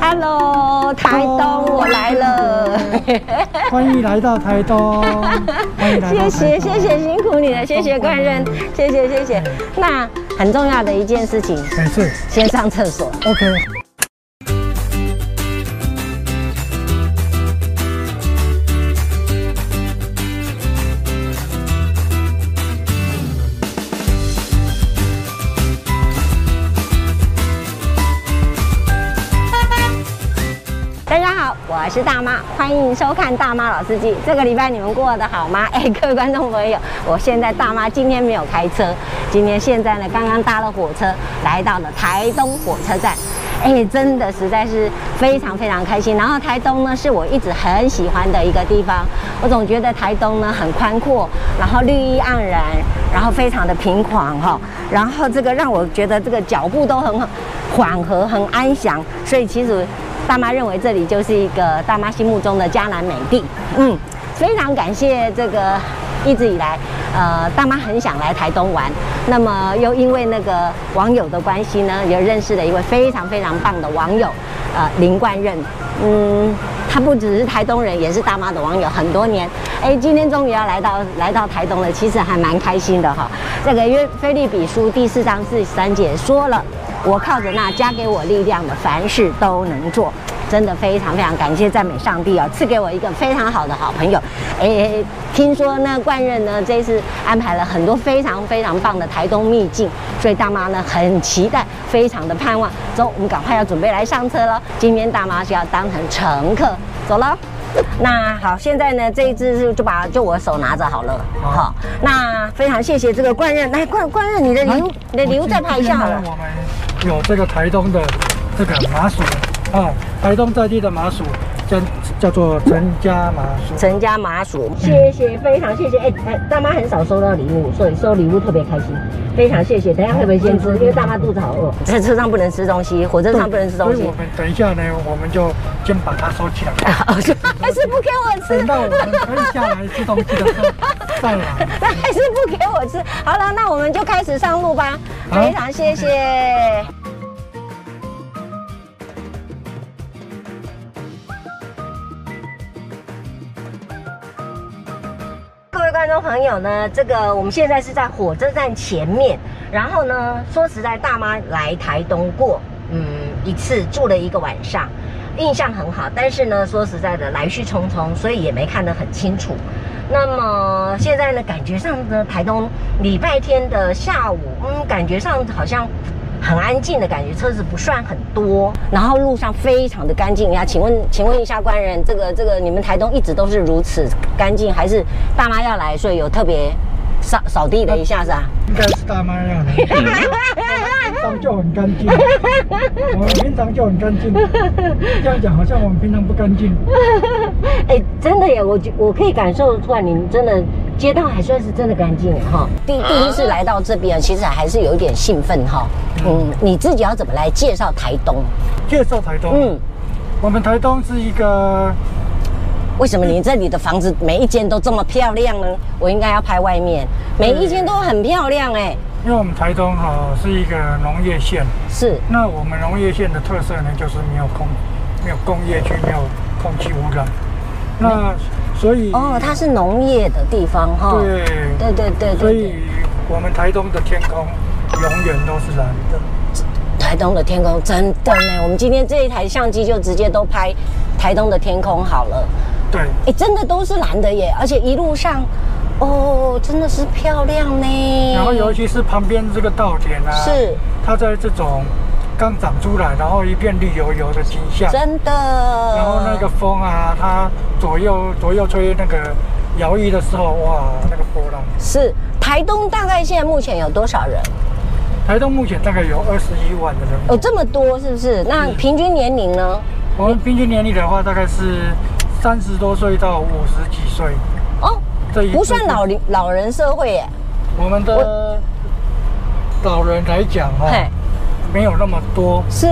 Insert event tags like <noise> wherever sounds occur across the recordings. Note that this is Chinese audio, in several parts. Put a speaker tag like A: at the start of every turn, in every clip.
A: Hello，台东，我来了。
B: 哦欢迎来到台东，欢迎来
A: 谢
B: 到台
A: 谢
B: 东
A: 谢谢，辛苦你了，谢谢冠任，谢谢谢谢。那很重要的一件事情，
B: 哎是
A: 先上厕所。
B: OK，
A: 大家好，我是大妈，欢迎收看《大妈老司机》。这个礼拜你们过得好吗？ <laughs> 哎，各位观众朋友，我现在大妈今天没有开车，今天现在呢刚刚搭了火车，来到了台东火车站。哎，真的实在是非常非常开心。然后台东呢是我一直很喜欢的一个地方，我总觉得台东呢很宽阔，然后绿意盎然，然后非常的平缓哈、然后这个让我觉得这个脚步都很缓和、很安详，所以其实大妈认为这里就是一个大妈心目中的迦南美地。嗯，非常感谢这个一直以来，呃，大妈很想来台东玩，那么又因为那个网友的关系呢，也认识了一位非常非常棒的网友，呃，林冠任。嗯，他不只是台东人，也是大妈的网友很多年。哎，今天终于要来到来到台东了，其实还蛮开心的哈。这个因为菲利比书第四章是三姐说了。我靠着那加给我力量的，凡事都能做。真的非常非常感谢赞美上帝哦，赐给我一个非常好的好朋友。诶，听说呢，冠任呢这一次安排了很多非常非常棒的台东秘境，所以大妈呢很期待，非常的盼望。走，我们赶快要准备来上车喽。今天大妈是要当成乘客，走喽。那好，现在呢这一支是就把就我手拿着好了，好、那非常谢谢这个冠任，来冠冠任你的礼物，你的礼物再拍一下好了
B: 今。天呢我们有这个台东的这个麻薯啊，台东在地的麻薯叫叫做陈家麻薯。
A: 陈家麻薯，谢谢，非常谢谢。哎、哎大妈很少收到礼物，所以收礼物特别开心，非常谢谢。等一下会不会先吃？因为大妈肚子好饿，嗯在车上不能吃东西，火车上不能吃东
B: 所以
A: 西
B: 我。们等一下呢，我们就先把它收起来，
A: 还哎是不给我吃 <laughs>
B: 等，到我们可以下来吃东西的时候再来。
A: 那还哎是不给我吃。好了，那我们就开始上路吧。
B: 好
A: 非常谢谢。各位观众朋友呢，这个我们现在是在火车站前面，然后呢，说实在，大妈来台东过，嗯，一次住了一个晚上，印象很好，但是呢，说实在的，来去匆匆，所以也没看得很清楚。那么现在呢，感觉上呢，台东礼拜天的下午，嗯，感觉上好像很安静的感觉，车子不算很多，然后路上非常的干净呀。请问，请问一下官人，这个这个，你们台东一直都是如此干净，还是大妈要来，所以有特别扫扫地了一下是啊吧？
B: 应该是大妈让的，平常就很干净，我们平常就很干净。这样讲好像我们平常不干净，
A: <laughs> 哎、真的耶，我觉我可以感受得出来，你们真的街道还算是真的干净耶哈。第第一次来到这边，其实还是有一点兴奋哈。嗯，你自己要怎么来介绍台东？
B: 介绍台东，
A: 嗯，
B: 我们台东是一个
A: 为什么你这里的房子每一间都这么漂亮呢？我应该要拍外面，每一间都很漂亮哎、
B: 因为我们台东哈、呃是一个农业县，
A: 是
B: 那我们农业县的特色呢，就是没有空，没有工业区，没有空气污染。那所以
A: 哦，它是农业的地方哈。
B: 对
A: 对对对
B: 所
A: 对
B: 以
A: 对，
B: 我们台东的天空永远都是蓝的。
A: 台东的天空真的呢，我们今天这一台相机就直接都拍台东的天空好了。
B: 对，
A: 哎，真的都是蓝的耶，而且一路上，哦，真的是漂亮呢。
B: 然后尤其是旁边这个稻田啊，
A: 嗯是
B: 它在这种刚长出来，然后一片绿油油的景象，
A: 真的，
B: 然
A: 然
B: 后那个风啊，它左右左右吹那个摇曳的时候，哇，那个波浪。
A: 是台东大概现在目前有多少人？
B: 台东目前大概有二十一万的人口，
A: 有这么多是不是？那
B: 嗯
A: 平均年龄呢？
B: 我们平均年龄的话，大概是三十多岁到五十几岁，
A: 哦，
B: 这一
A: 不算老龄老人社会耶。
B: 我们的老人来讲哈、
A: 嘿，
B: 没有那么多，
A: 是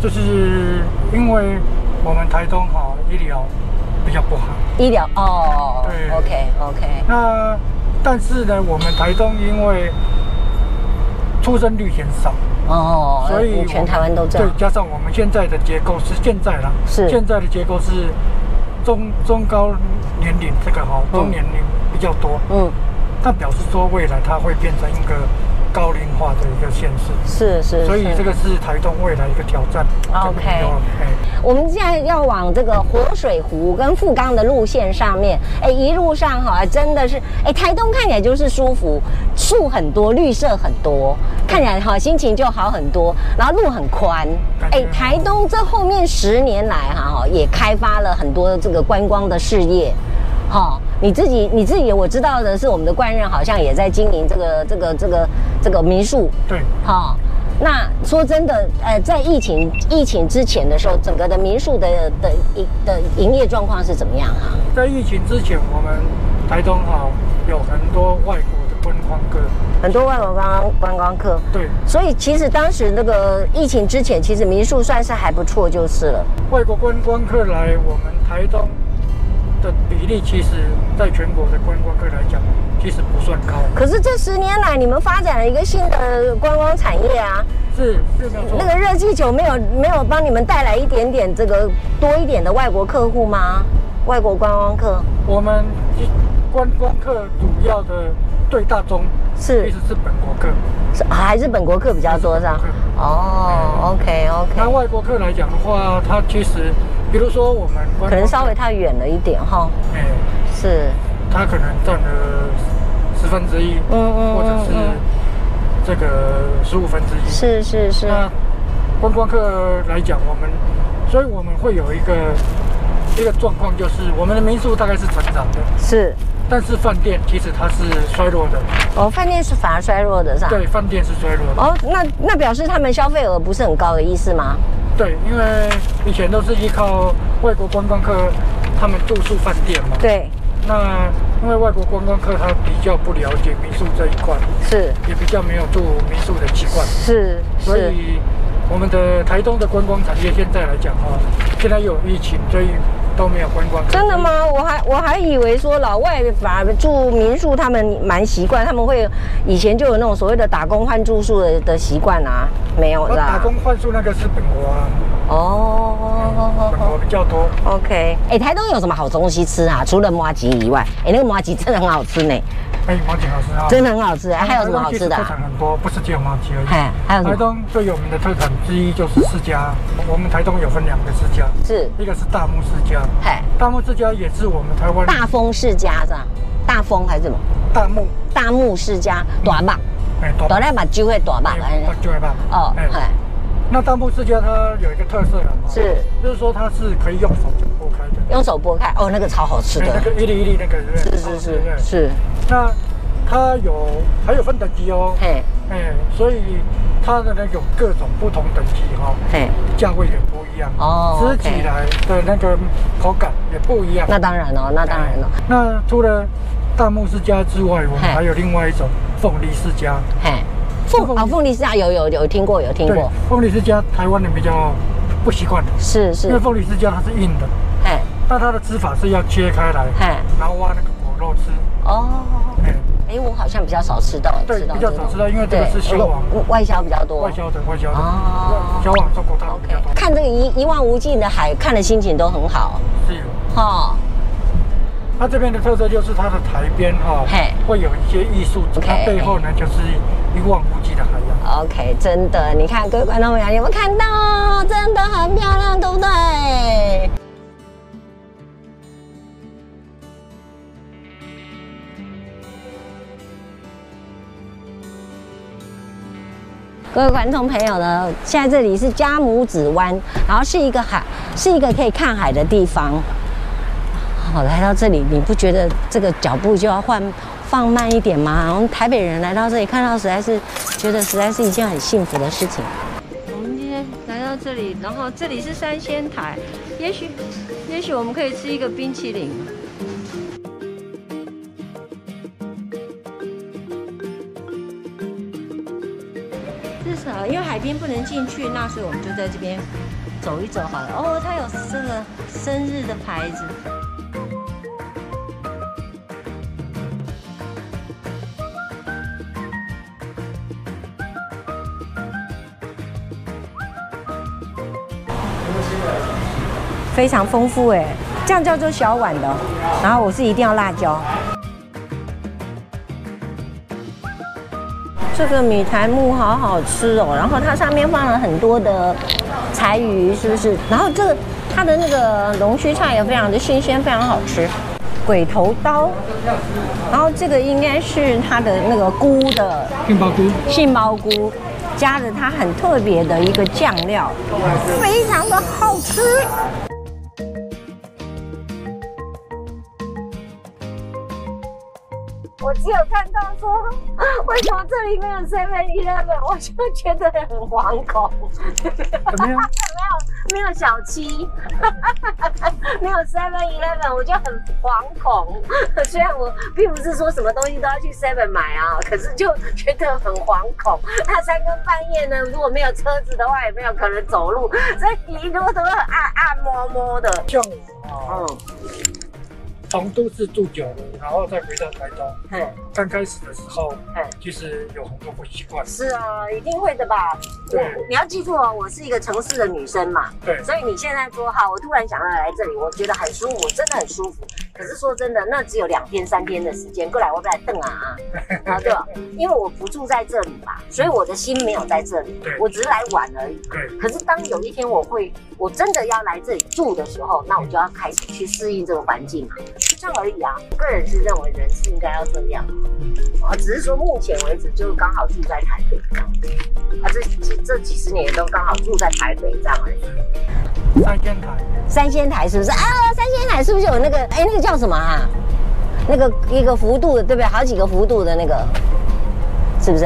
B: 就是因为我们台东哈、医疗比较不好。
A: 医疗哦
B: 对。
A: OK OK，
B: 那但是呢，我们台东因为出生率很少，
A: 哦，
B: 所以我
A: 全台湾都这
B: 对
A: 样，，
B: 加上我们现在的结构是现在啦，
A: 是
B: 现在的结构是中中高年龄这个哈、
A: 嗯
B: 中年龄比较多，
A: 嗯，
B: 那表示说未来它会变成一个高龄化的一个县市，
A: 是是，
B: 所以
A: 是
B: 这个是台东未来一个挑战。
A: OK
B: 这个地方哎
A: 我们现在要往这个活水湖跟富冈的路线上面，哎，一路上哈，真的是，哎，台东看起来就是舒服，树很多，绿色很多，看起来哈心情就好很多，然后路很宽，哎，台东这后面十年来哈哈也开发了很多这个观光的事业，哈、你自己你自己我知道的是，我们的官人好像也在经营这个这个这个这个民宿，
B: 对，
A: 好、那说真的，呃，在疫情疫情之前的时候，整个的民宿的的营的营业状况是怎么样啊？
B: 在疫情之前，我们台东哈、有很多外国的观光客，
A: 很多外国观光观光客，
B: 对，
A: 所以其实当时那个疫情之前，其实民宿算是还不错就是了。
B: 外国观光客来我们台东的比例，其实在全国的观光客来讲，其实不算高。
A: 可是这十年来，你们发展了一个新的观光产业啊，
B: 是是没有错
A: 那。个热气球没有没有帮你们带来一点点这个多一点的外国客户吗？外国观光客
B: 我们一观光客主要的最大宗
A: 是
B: 其实是本国客，
A: 是还是本国客比较多是吧？哦，OK OK。
B: 那外国客来讲的话，他其实比如说我们观光
A: 可能稍微太远了一点哈，
B: 哎，
A: 是，
B: 他可能占了十分之一，
A: 嗯嗯
B: 或者是
A: 嗯
B: 这个十五分之一，
A: 是是是，
B: 那啊观光客来讲，我们，所以我们会有一个一个状况，就是我们的民宿大概是成长的，
A: 是，
B: 但是饭店其实它是衰落的，
A: 哦，饭店是反而衰弱的是吧？
B: 对，饭店是衰落的，
A: 哦，那那表示他们消费额不是很高的意思吗？
B: 对，因为以前都是依靠外国观光客他们住宿饭店嘛，，
A: 对，
B: 那因为外国观光客他比较不了解民宿这一块，
A: 是
B: 也比较没有住民宿的习惯，
A: 是
B: 所
A: 是，
B: 以我们的台东的观光产业现在来讲哦，现在又有疫情，所以都没有观光客。
A: 真的？吗？我还我还以为说老外反而住民宿，他们蛮习惯，他们会以前就有那种所谓的打工换住宿的的习惯啊，没有
B: 那
A: 是吧？
B: 打工换宿那个是本国啊，
A: 哦
B: 本。国比较多。
A: OK，哎、台东有什么好东西吃啊？除了麻吉以外，哎、那个麻吉真的很好吃呢。
B: 哎，毛景老师啊，
A: 真的很好吃，还有什么好吃的
B: 台东其实特
A: 啊、
B: 产很多，不是只有毛景而已。
A: 嗨，还有什
B: 台
A: 么？
B: 东最有名的特产之一就是释迦，我们台东有分两个释迦，
A: 是，
B: 一个是大木释迦，
A: 嗨，
B: 大木释迦也是我们台湾
A: 大丰世家是吧？大丰还是什么？
B: 大木，
A: 大木世家，大坝，
B: 哎，
A: 大那把酒会大坝，哎
B: 哎，对吧？
A: 哦，
B: 哎
A: 嗨，
B: 那大木释迦它有一个特色了，
A: 是，
B: 就是说它是可以用手就剥开的，
A: 用手剥开，哦，那个超好吃
B: 哎那
A: 的，
B: 个一粒一粒那个，对不对
A: 是是
B: 对不对
A: 是是，
B: 那它有还有分等级哦，
A: 嘿，
B: 哎，所以它的那有各种不同等级哈、哦，
A: 嘿，
B: 价位也不一样
A: 哦
B: 吃
A: OK
B: 起来的那个口感也不一样。
A: 那当然哦，那当然哦，
B: 哎那除了大木世家之外，我们
A: 嘿
B: 还有另外一种凤梨世家。
A: 嘿，凤
B: 凤
A: 啊凤梨世家有有有听过有听
B: 对
A: 过，，
B: 凤梨世家台湾人比较不习惯，
A: 是
B: 因为
A: 是，
B: 凤梨世家它是硬的，
A: 嘿，
B: 那它的吃法是要切开来，
A: 嘿，
B: 然后挖那个果肉吃。
A: 哦。
B: 哎，
A: 哎，我好像比较少吃到，
B: 对比较少吃到因为这个
A: 对
B: 是销往
A: 我外销比较多，
B: 外销的外销的，
A: 哦
B: 销往中国大陆比
A: OK，
B: 较多。
A: 看这个一一望无际的海，看的心情都很好，
B: 是有。
A: 哈、
B: 它这边的特色就是它的台边哈、
A: 嘿
B: 会有一些艺术，它
A: OK
B: 背后呢就是一望无际的海洋。
A: OK，真的，你看各位观众朋友有没有看到？真的很漂亮，对不对？各位观众朋友呢，现在这里是加姆子湾，然后是一个海，是一个可以看海的地方。好，来到这里，你不觉得这个脚步就要换放慢一点吗？我们台北人来到这里，看到实在是觉得实在是一件很幸福的事情。我们今天来到这里，然后这里是三仙台，也许也许我们可以吃一个冰淇淋。至少因为海边不能进去，那所以我们就在这边走一走好了。哦，它有这个生日的牌子。非常丰富哎，这样叫做小碗的哦，然后我是一定要辣椒。这个米苔木好好吃哦，然后它上面放了很多的柴鱼，是不是？然后这个它的那个龙须菜也非常的新鲜，非常好吃。鬼头刀，然后这个应该是它的那个菇的
B: 杏鲍菇，
A: 杏鲍菇，加了它很特别的一个酱料，非常的好吃。我只有看到说， <laughs> 为什么这里没有 Seven Eleven，我就觉得很惶恐。
B: 怎么样？
A: <laughs> 没有没有小七， <laughs> 没有 Seven Eleven，我就很惶恐。虽然我并不是说什么东西都要去 Seven 买啊，可是就觉得很惶恐。那三更半夜呢，如果没有车子的话，也没有可能走路，所以一路都是暗暗摸摸的。
B: 像我
A: 嗯，
B: 从都市住久了，然后再回到台东，
A: 嘿
B: 刚开始的时候
A: 嘿，
B: 其实有很多不习惯。
A: 是啊，一定会的吧？
B: 对
A: 我你要记住哦，我是一个城市的女生嘛。
B: 对，
A: 所以你现在说好，我突然想要来这里，我觉得很舒服，真的很舒服。可是说真的，那只有两天三天的时间，过来我不来瞪啊啊，啊对吧？因为我不住在这里嘛，所以我的心没有在这里
B: <laughs> 对，
A: 我只是来玩而已。
B: 对，
A: 可是当有一天我会，我真的要来这里住的时候，那我就要开始去适应这个环境嘛，就这样而已啊。我个人是认为人是应该要这样，啊，只是说目前为止就刚好住在台北这样，啊，这这这几十年也都刚好住在台北这样而已。
B: 三仙台，
A: 三仙台是不是啊？三仙台是不是有那个哎、那个叫什么啊？那个一个幅度的，对不对？好几个幅度的那个，是不是？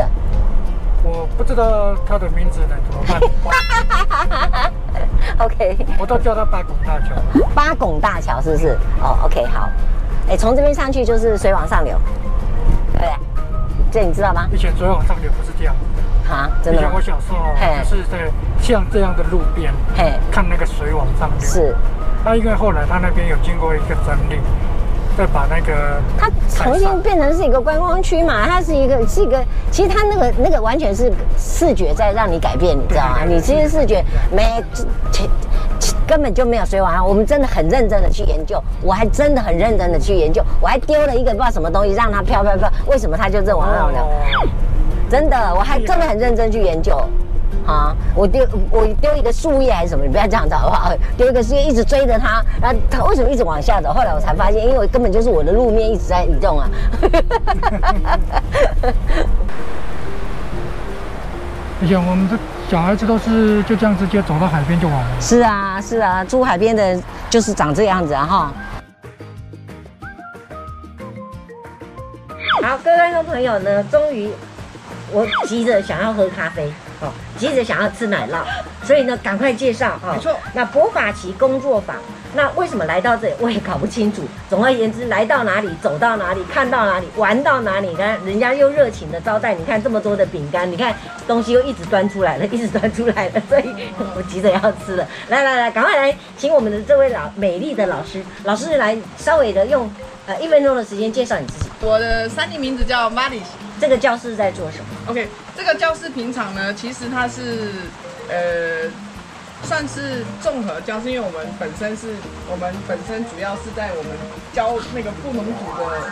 B: 我不知道它的名字呢，怎么
A: <laughs>
B: 办？我
A: OK，
B: 我都叫它八拱大桥。
A: 八拱大桥是不是？哦，OK，好。哎，从这边上去就是水往上流，对不对？这你知道吗？
B: 以前所有上流不是这样，
A: 啊，真
B: 以
A: 的
B: 前我
A: 吗？
B: 小时候
A: 嘿
B: 就是在像这样的路边
A: 嘿，
B: 看那个水往上流。。
A: 是。
B: 那因为后来他那边有经过一个整理，再把那个
A: 它重新变成是一个观光区嘛，它是一个是一个，其实它那个那个完全是视觉在让你改变，你知道吗？
B: 对对对
A: 你其实视觉没，切切根本就没有水碗啊。我们真的很认真的去研究，我还真的很认真的去研究，我还丢了一个不知道什么东西让它飘飘飘，为什么它就这往上流？真的，我还真的很认真去研究。啊！我丢我丢一个树叶还是什么，你不要这样子好不好？丢一个树叶一直追着它，然后它为什么一直往下走？后来我才发现，因为我根本就是我的路面一直在移动啊。
B: 以前我们这小孩子都是就这样直接走到海边就玩了。
A: <laughs> 是啊，是啊，住海边的就是长这样子啊哈。好，各位观众朋友呢，终于我急着想要喝咖啡，哦，急着想要吃奶酪，所以呢，赶快介绍哦。
B: 没错
A: 那博法奇工作坊，那为什么来到这里我也搞不清楚。总而言之，来到哪里，走到哪里，看到哪里，玩到哪里，看人家又热情的招待，你看这么多的饼干，你看东西又一直端出来了， <laughs> 一直端出来了，所以我急着要吃了。来来来，赶快来，请我们的这位老美丽的老师，老师来稍微的用呃一分钟的时间介绍你自己。
C: 我的三弟名字叫 Mali。
A: 这个教室在做什么？
C: OK，这个教室平常呢，其实它是呃算是综合教室，因为我们本身是我们本身主要是在我们教那个不农组的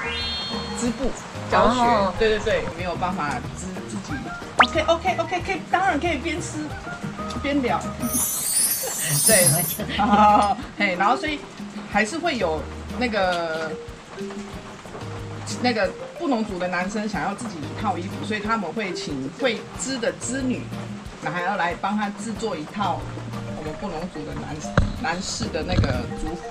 C: 支部教学。
A: 哦
C: 对对对，没有办法自自己。OK OK OK，可以，当然可以边吃边聊。对， <laughs> 啊，嘿，然后所以还是会有那个那个布农族的男生想要自己一套衣服，所以他们会请会织的织女，那还要来帮他制作一套我们布农族的男男士的那个族服。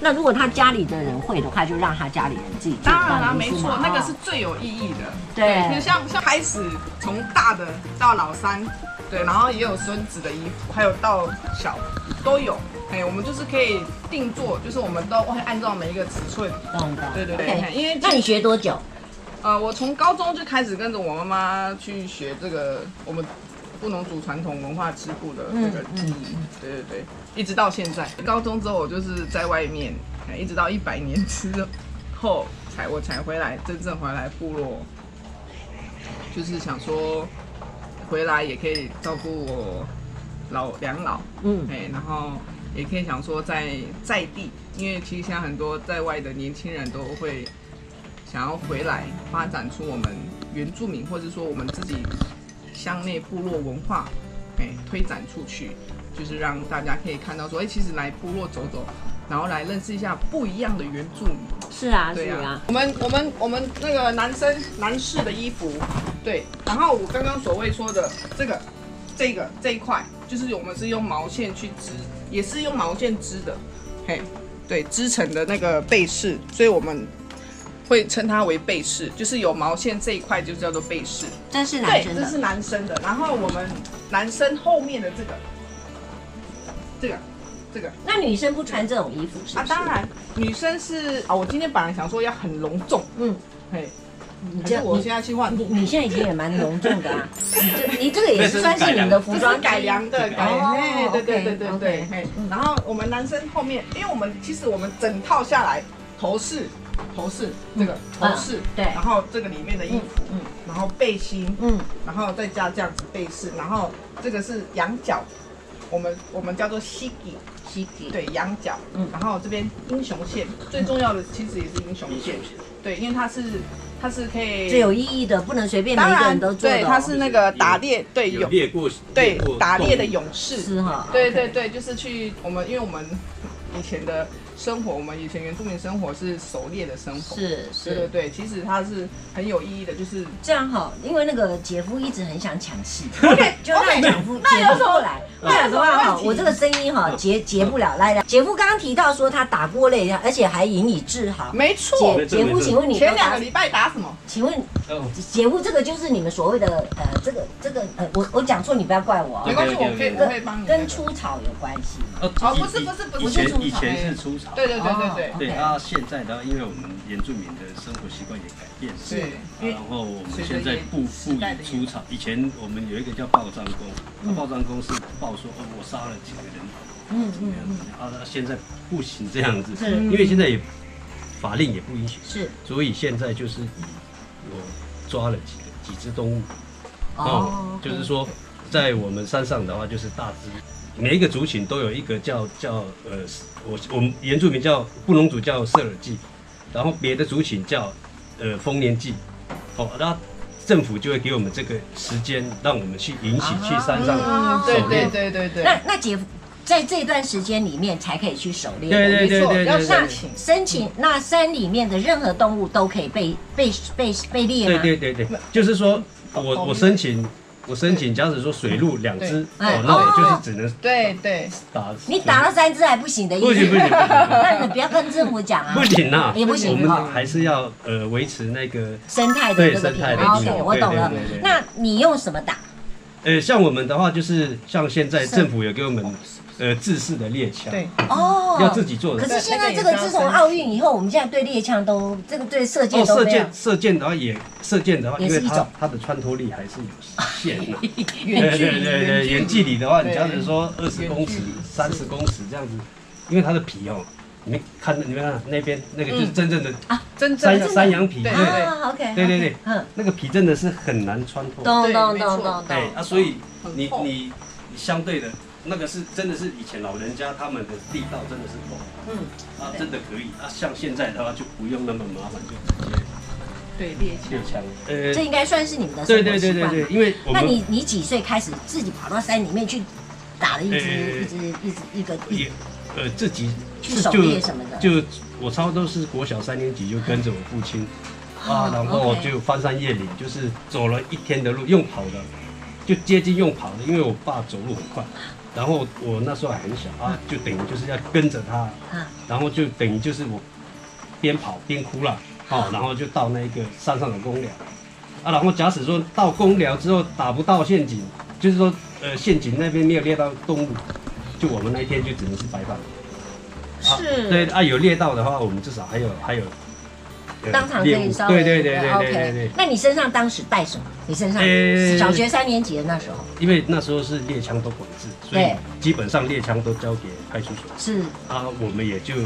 A: 那如果他家里的人会的话，就让他家里人自己做。
C: 当然啦，
A: 这
C: 没
A: 样子
C: 错
A: 嘛，
C: 那个
A: 哦
C: 是最有意义的。
A: 对
C: 就像像开始从大的到老三，对，然后也有孙子的衣服，还有到小都有。哎，我们就是可以定做，就是我们都会按照每一个尺寸。
A: 懂的。
C: 对对对
A: OK
C: 因为
A: 那你学多久？
C: 呃，我从高中就开始跟着我妈妈去学这个我们布农族传统文化织布的这个技艺，对对对，一直到现在。高中之后我就是在外面，哎一直到一百年之后才我才回来，真正回来部落，就是想说回来也可以照顾我老两老，
D: 嗯
C: 哎，然后也可以想说在在地，因为其实现在很多在外的年轻人都会想要回来发展出我们原住民，或者说我们自己乡内部落文化，哎，推展出去，就是让大家可以看到说，哎，其实来部落走走，然后来认识一下不一样的原住民。
D: 是啊，是
C: 对
D: 啊
C: 啊，，我们我们我们那个男生男士的衣服，对，然后我刚刚所谓说的这个这个这一块，就是我们是用毛线去织，也是用毛线织的，嘿，对，织成的那个被饰，所以我们会称它为被饰，就是有毛线这一块就叫做被饰。
D: 这是男
C: 对，
D: 生
C: 这是
D: 的，
C: 男生的。然后我们男生后面的这个，这个，这个
D: 那女生不穿这种衣服是不
C: 啊，
D: 是
C: 当，然女生是啊，我今天本来想说要很隆重，
D: 嗯，
C: 嘿，
D: 你
C: 可是
D: 这
C: 我
D: 你
C: 现在去换
D: 你你现在已经也蛮隆重的
C: <laughs>
D: 啊，你这你这个也是算是你们的服
C: 这
D: 装
C: 是改良的，改
D: 哦
C: 嘿对对对对
D: OK，OK
C: 对，嘿。然后我们男生后面，因为我们其实我们整套下来，头饰、头饰这个
D: 嗯
C: 头饰，
D: 对
C: 然后这个里面的衣服，嗯，然后背心，
D: 嗯，
C: 然后再加这样子背饰，然后这个是羊角，我们我们叫做西吉，
D: 西体，
C: 对，羊角，
D: 嗯
C: 然后这边英雄线，最重要的其实也是英雄线，对，因为它是它是可以，
D: 嗯最有意义的，不能随便每
C: 当
D: 一个
C: 然
D: 人都做
C: 对，
D: 的哦，
C: 它是那个打猎，对，
E: 有
C: 勇，
E: 猎过，
C: 对
E: 过
C: 打猎的
E: 动物
C: 勇士，
D: 是哈，
C: 对对对，就是去我们，因为我们以前的生活，我们以前原住民生活是狩猎的生活，
D: 是
C: 对
D: 是
C: 对。对，其实它是很有意义的，就是
D: 这样好，因为那个姐夫一直很想抢
C: <laughs>
D: 戏，
C: 哦
D: <laughs> 就让姐夫
C: 那
D: 姐
C: 有
D: 夫
C: 什么
D: 过来。我
C: 那有
D: 想
C: 什
D: 说
C: 么
D: 哈，
C: 问题哦
D: 我这个声音哈截截不了。来来，姐夫刚刚提到说他打过擂，而且还引以自豪。
C: 没错。
D: 姐姐夫，请问你
C: 前两个
D: 都打
C: 礼拜打什么？
D: 请问
E: 哦
D: 姐夫这个就是你们所谓的呃这个这个呃我我讲错你不要怪我
C: 没
D: 哦，
C: 关系，我可以我会帮你。
D: 跟出草有关系吗？
C: 哦
E: 哦
C: 不是不是不是
E: 以
C: 不
E: 前
C: 是
E: 以前
C: 出草哎
E: 是出草，
C: 对对对对对，
E: 对，
D: OK
E: 然后现在然后因为我们原住民的生活习惯也改变，
C: 是因为
E: 然后我们现在不不
C: 时代的嗯
E: 以出草，以前我们有一个叫报章公，那报章公是报说哦我杀了几个人，
D: 嗯
E: 怎
D: 嗯
E: 么样怎么样，啊那现在不行这样子，
D: 是
C: 嗯
E: 因为现在也法令也不允许，
D: 是
E: 所以现在就是以我抓了几个几只动物，
D: 哦，
E: 就是说，在我们山上的话，就是大只，每一个族群都有一个叫叫呃，我我们原住民叫布农族叫色尔祭，然后别的族群叫呃丰年祭，哦，那政府就会给我们这个时间，让我们去引起去山上
D: 啊
E: 狩
C: 嗯对
E: 猎。
C: 对对对对。
D: 那那姐夫在这段时间里面才可以去狩猎，
E: 对对对
C: 没错
E: 对
C: 要
E: 对
C: 上
E: 对
C: 去请
D: 申请那山里面的任何动物都可以被被被被列
E: 对
D: 吗？
E: 对对对，就是说我我申请我申请，假使说水鹿两只，哦，那我就是只能
C: 对对，
E: 打。
D: 你打了三只还不行的意思？
E: 不行不行不行。
D: 那你不要跟政府讲啊，
E: 不行啊，
D: 也不
E: 我
D: 行
E: 们
D: 啊，
E: 还是要呃维持那个
D: 生态的
E: 对
D: 这个
E: 生
D: 平
E: 态
D: 衡。
E: 的
D: OK，
E: 平衡
D: 我懂了
E: 对对对。对
D: 那你用什么打？
E: 呃，像我们的话就是像现在
D: 是
E: 政府有给我们呃制式的猎枪，
C: 对，
D: 哦，
E: 要自。己做的
D: 可。是现在这个自从奥运以后，我们现在对猎枪都这个对射
E: 哦，
D: 箭都
E: 射
D: 没有啊
E: 箭。射箭的话也射箭的话，
D: 也
E: 因
D: 是
E: 为
D: 一种
E: 它它的穿透力还是有限的。
C: <laughs> 远距离，
E: 对对，远
C: 远
E: 距
C: 距
E: 离
C: 离
E: 的话，
C: 对
E: 你假使说二十公尺
C: 远距离、
E: 三十公尺这样子，因为它的皮哦，你们看你们看那边那个
C: 嗯
E: 就是真正的
C: 真正
E: 山
C: 的
E: 山羊皮，
C: 对
E: 对
C: 对
D: 啊，OK，
E: 对对对
D: 嗯，
E: 那个皮真的是很难穿透。
D: 懂
C: 对
D: 懂
C: 没
D: 懂
C: 错
D: 懂
E: 对
D: 懂。
E: 啊，所以你
C: 很厚
E: 你你相对的那个是真的是以前老人家他们的力道真的是够
D: 嗯，
E: 啊，真的可以啊。像现在的话就不用那么麻烦，就直接
C: 对猎
E: 猎
C: 枪，
E: 枪。
D: 这
E: 呃，
D: 应该算是你们的生
E: 对
D: 活
E: 对
D: 习
E: 对
D: 惯
E: 对
D: 吧。
E: 对，因为我
D: 那
E: 们
D: 你你几岁开始自己跑到山里面去打了一只
E: 呃
D: 一只一只一个一
E: 也呃自己
D: 去狩
E: 就
D: 猎什么的？
E: 就我差不多是国小三年级就跟着我父亲啊
D: 哦，
E: 然后
D: OK
E: 就翻山越岭，就是走了一天的路，用跑的，就接近用跑的，因为我爸走路很快，然后我那时候还很小
D: 嗯
E: 啊，就等于就是要跟着他，
D: 啊，
E: 然后就等于就是我边跑边哭了，哦，然后就到那个山上的公寮，啊，然后假使说到公寮之后打不到陷阱，就是说呃陷阱那边没有猎到动物，就我们那一天就只能是白放。啊
D: 是
E: 对啊，有猎到的话，我们至少还有还有呃
D: 当场可
E: 猎
D: 以
E: 物
D: 稍微
E: 对对对对对
D: OK
E: 对对，
D: 那你身上当时带什么？你身上
E: 呃
D: 小学三年级的那时候
E: 因为那时候是猎枪都管制，所以
D: 对
E: 基本上猎枪都交给派出所
D: 是
E: 啊，我们也就我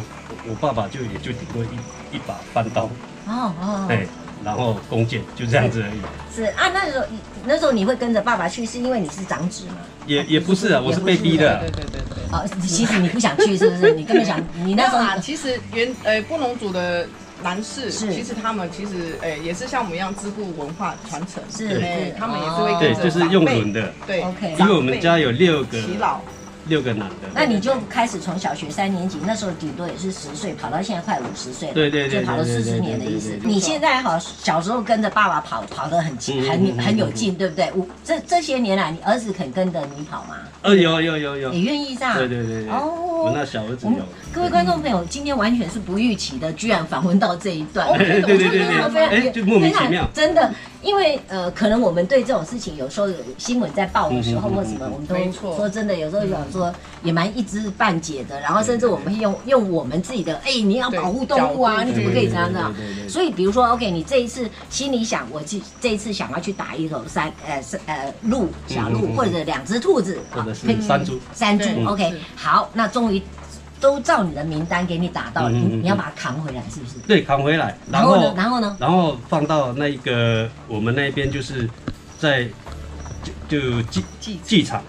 E: 我爸爸就也就顶多一一把半刀，
D: 哦哦，
E: 哎，然后弓箭，就这样子而已。
D: 是啊，那时候你那时候你会跟着爸爸去，是因为你是长子吗？
E: 也也不是啊，我是被逼的啊。
C: 对对对对。
D: 哦，其实你不想去，是不是？你根本
E: <laughs>
D: 想，你那时
E: 啊
C: 没有啦
D: 候
C: 其实原呃布农族的男士，
D: 是
C: 其实他们其实呃也是像我们一样支顾文化传承，
D: 是
C: 对
D: 是
C: 他们也是会
E: 对
C: 跟，着
E: 就是用轮
C: 的，
E: 的，
C: 对
D: OK
E: 因为我们家有六个
C: 祈老，
E: 六个男的。
D: 那你就开始从小学三年级，那时候顶多也是十岁，跑到现在快五十岁了，
E: 对对对
D: 就跑了
E: 对对
D: 四
E: 对
D: 十年的意思
E: 对。对
D: 你现在哈，小时候跟着爸爸跑，跑得很
E: 嗯
D: 近，
E: 嗯嗯
D: 很
E: 嗯
D: 很有劲，对不对？我这这些年来，你儿子肯跟着你跑吗？
E: 呃，有有有有
D: 也，愿意这样？
E: 对对对对，
D: 哦
E: 我那小儿子
D: 我
E: 有
D: 们。各位观众朋友，今天完全是不预期的，居然访问到这一段，
C: 哦
E: 哎对对对对
D: 非常
E: 对，
D: 非常
E: 哎，就莫名其妙。
D: 真的，因为呃，可能我们对这种事情有时候有新闻在报的时候
E: 嗯嗯嗯嗯
D: 或什么，我们
C: 没
D: 都
C: 错
D: 说真的，有时候想说也蛮一知半解的，然后甚至我们会用用我们自己的，哎，你要保护动物啊，
C: 对
D: 你怎么可以这样
E: 对
D: 这样
E: 对对对？对
D: 所以比如说，OK，你这一次心里想，我这这一次想要去打一头山，呃，是呃鹿小
E: 嗯嗯
D: 鹿
E: 嗯
D: 或者两只兔子，
E: 或者
D: 啊
E: 是
D: 可以
E: 山猪
D: 山猪
C: 对
D: ，OK，
C: 是
D: 好，那终于。都照你的名单给你打到，
E: 嗯嗯
D: 你
E: 嗯
D: 你要把它扛回来，是不是？
E: 对，扛回来，
D: 然
E: 然
D: 后
E: 后
D: 呢然后呢
E: 然后放到那个我们那边就是在就就祭
C: 祭
E: 祭场，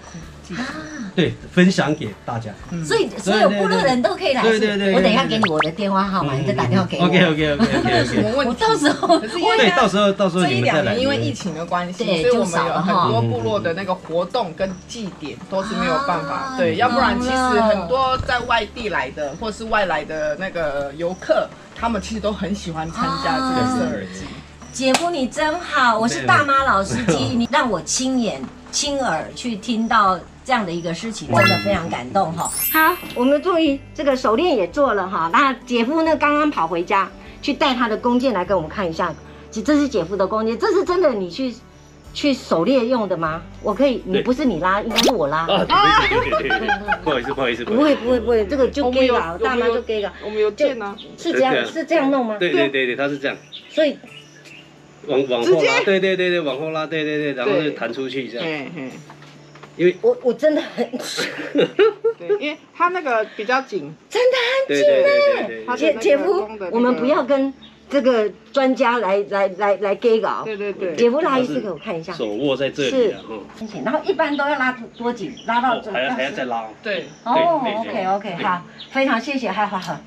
E: 对，分享给大家。
A: 嗯
C: 嗯
D: 所以所有部落人都可以来。
E: 对对对对对嗯
D: 我等一下给你我的电话号码，你再打电话给我。
E: OK OK OK OK
C: 什么
A: <laughs>
E: OK。
C: 问
D: 我
C: 题？
D: 到时候
C: 可是
A: 啊
C: 因为
E: 嗯对，到时候到时候
C: 这
E: 你
C: 一
E: 们再
C: 两
E: 来。
C: 年因为疫情的关系，
D: 对
C: 所以我们
D: 就少
C: 有
D: 了
C: 很
D: 哈
C: 多部落的那个活动跟祭典都是没有办
D: 啊，
C: 法对，要不然
D: 懂
C: 其实
D: 了
C: 很多在外地来的或是外来的那个游客，他们其实都很喜欢参加这
D: 啊
C: 个
E: 对
C: 社
E: 对
C: 耳
E: 对
C: 祭。
D: 姐夫你真好，我是大妈老司机，
E: 啊
D: 你让我亲眼亲耳去听到这样的一个事情，真的非常感动哈。
A: 好，我们终于这个手链也做了哈。那姐夫呢，刚刚跑回家去带他的弓箭来给我们看一下。这这是姐夫的弓箭，这是真的你去去狩猎用的吗？我可以，你
E: 对
A: 不是你拉，应该是我拉。
E: 啊，对对对对对，不好意思不好意思，
A: 不会啊不会不会，这个就
C: 我们
A: 给
C: 有
A: 了，大妈就给了，
C: 我们有
A: 就
C: 见啊，
A: 是这样是这样弄吗？
E: 对对对对，他是这样，
A: 所以
E: 往往
C: 直
E: 后
C: 接
E: 拉，对对对对，往后拉，对对对，然后就
C: 对
E: 弹出去这
A: 哎
E: 样，
C: 嘿嘿，
E: 因为
A: 我我真的很 <laughs>
C: 对，因为它那个比较紧，
A: 真的很
E: 对对对对
C: 他
E: 对
A: 姐
C: 是那个
A: 姐夫
C: 公的那，个
A: 我们不要跟这个专家来来来来 gay 搞。
C: 对对对
A: 姐夫拉一次给我看一下
E: 对，。手握在这里啊，嗯
A: 然后一般都要拉多紧，拉到
E: 哦
A: 这
E: 还要还要再拉哦，
C: 对，
A: 哦
E: 对对
A: ，OK
E: 对
A: OK，好，非常谢谢，还好好，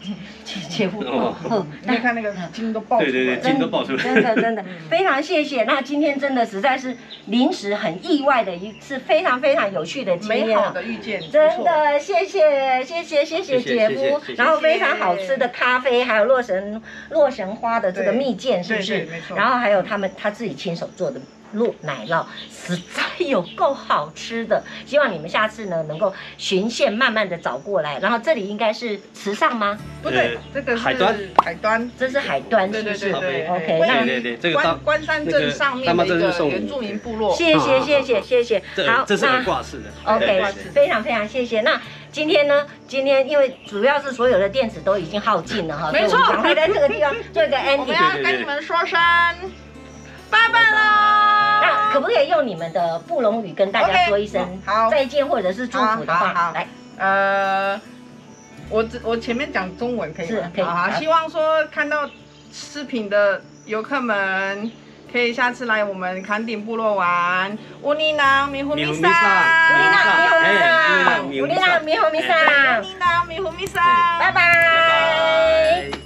A: 姐姐夫，
E: 哦
A: 哦，
C: 你看那个筋都爆出
E: 对对对，
C: 来，
E: 筋都爆出来，
A: 真的真的非常谢谢。那今天真的实在是临时很意外的一次非常非常有趣的经
C: 美
A: 验
C: 好
A: 啊。
C: 的遇见，
A: 真的，谢谢谢谢谢谢
E: 谢谢
A: 姐
E: 谢
A: 夫
E: 谢谢，谢
A: 然后非常好吃的咖啡，还有洛神洛神花的这个
C: 对
A: 蜜饯，是不
C: 对
A: 是
C: 对没？错
A: 然后还有他们他自己亲手做的鹿奶酪，实在有够好吃的。希望你们下次呢能够循线慢慢的找过来。然后这里应该是池上吗？
C: 不对
E: 呃，
C: 这个是
E: 海端
C: 海端。
A: 这是海端，
C: 对
A: 是不
C: 对
A: 是
C: 对
E: 差不多
C: 对
A: OK，
C: 位
A: 那
C: 于
E: 对对对这个
C: 关
E: 当
C: 关山
E: 那
C: 镇
E: 个
C: 上面
E: 大妈
C: 的
E: 镇
C: 一个
E: 是送
C: 原
E: 你
C: 住民
E: 的
C: 部落，
A: 谢谢
E: 啊
A: 谢谢谢谢。好
E: 这，这是
A: 那
E: 很挂式的
A: OK，
E: 对对对
A: 非常非常谢谢。那今天呢？今天因为主要是所有的电池都已经耗尽了哈，
C: 没错
A: 所以我们赶快在这个地方做
C: <laughs>
A: 一个
C: 我
A: ending
C: 们。要跟你们说声拜拜啦！
A: 那可不可以用你们的布隆语跟大家
C: OK，
A: 说一声
C: 好
A: 再见，或者是祝福的
C: 好
A: 话
C: 好好，
A: 来，
C: 呃，我只我前面讲中文可以
A: 是
C: 吗？
A: 可以
C: 好好
A: 好
C: 希望说看到视频的游客们。可以下次来我们坎顶部落玩。乌尼囊米胡米
E: 米胡米萨
A: 米娜
E: 哎
A: 米红米娜，米红米
E: 哎
A: 娜，
C: 乌尼囊米胡米萨，
A: 拜拜。
E: 拜拜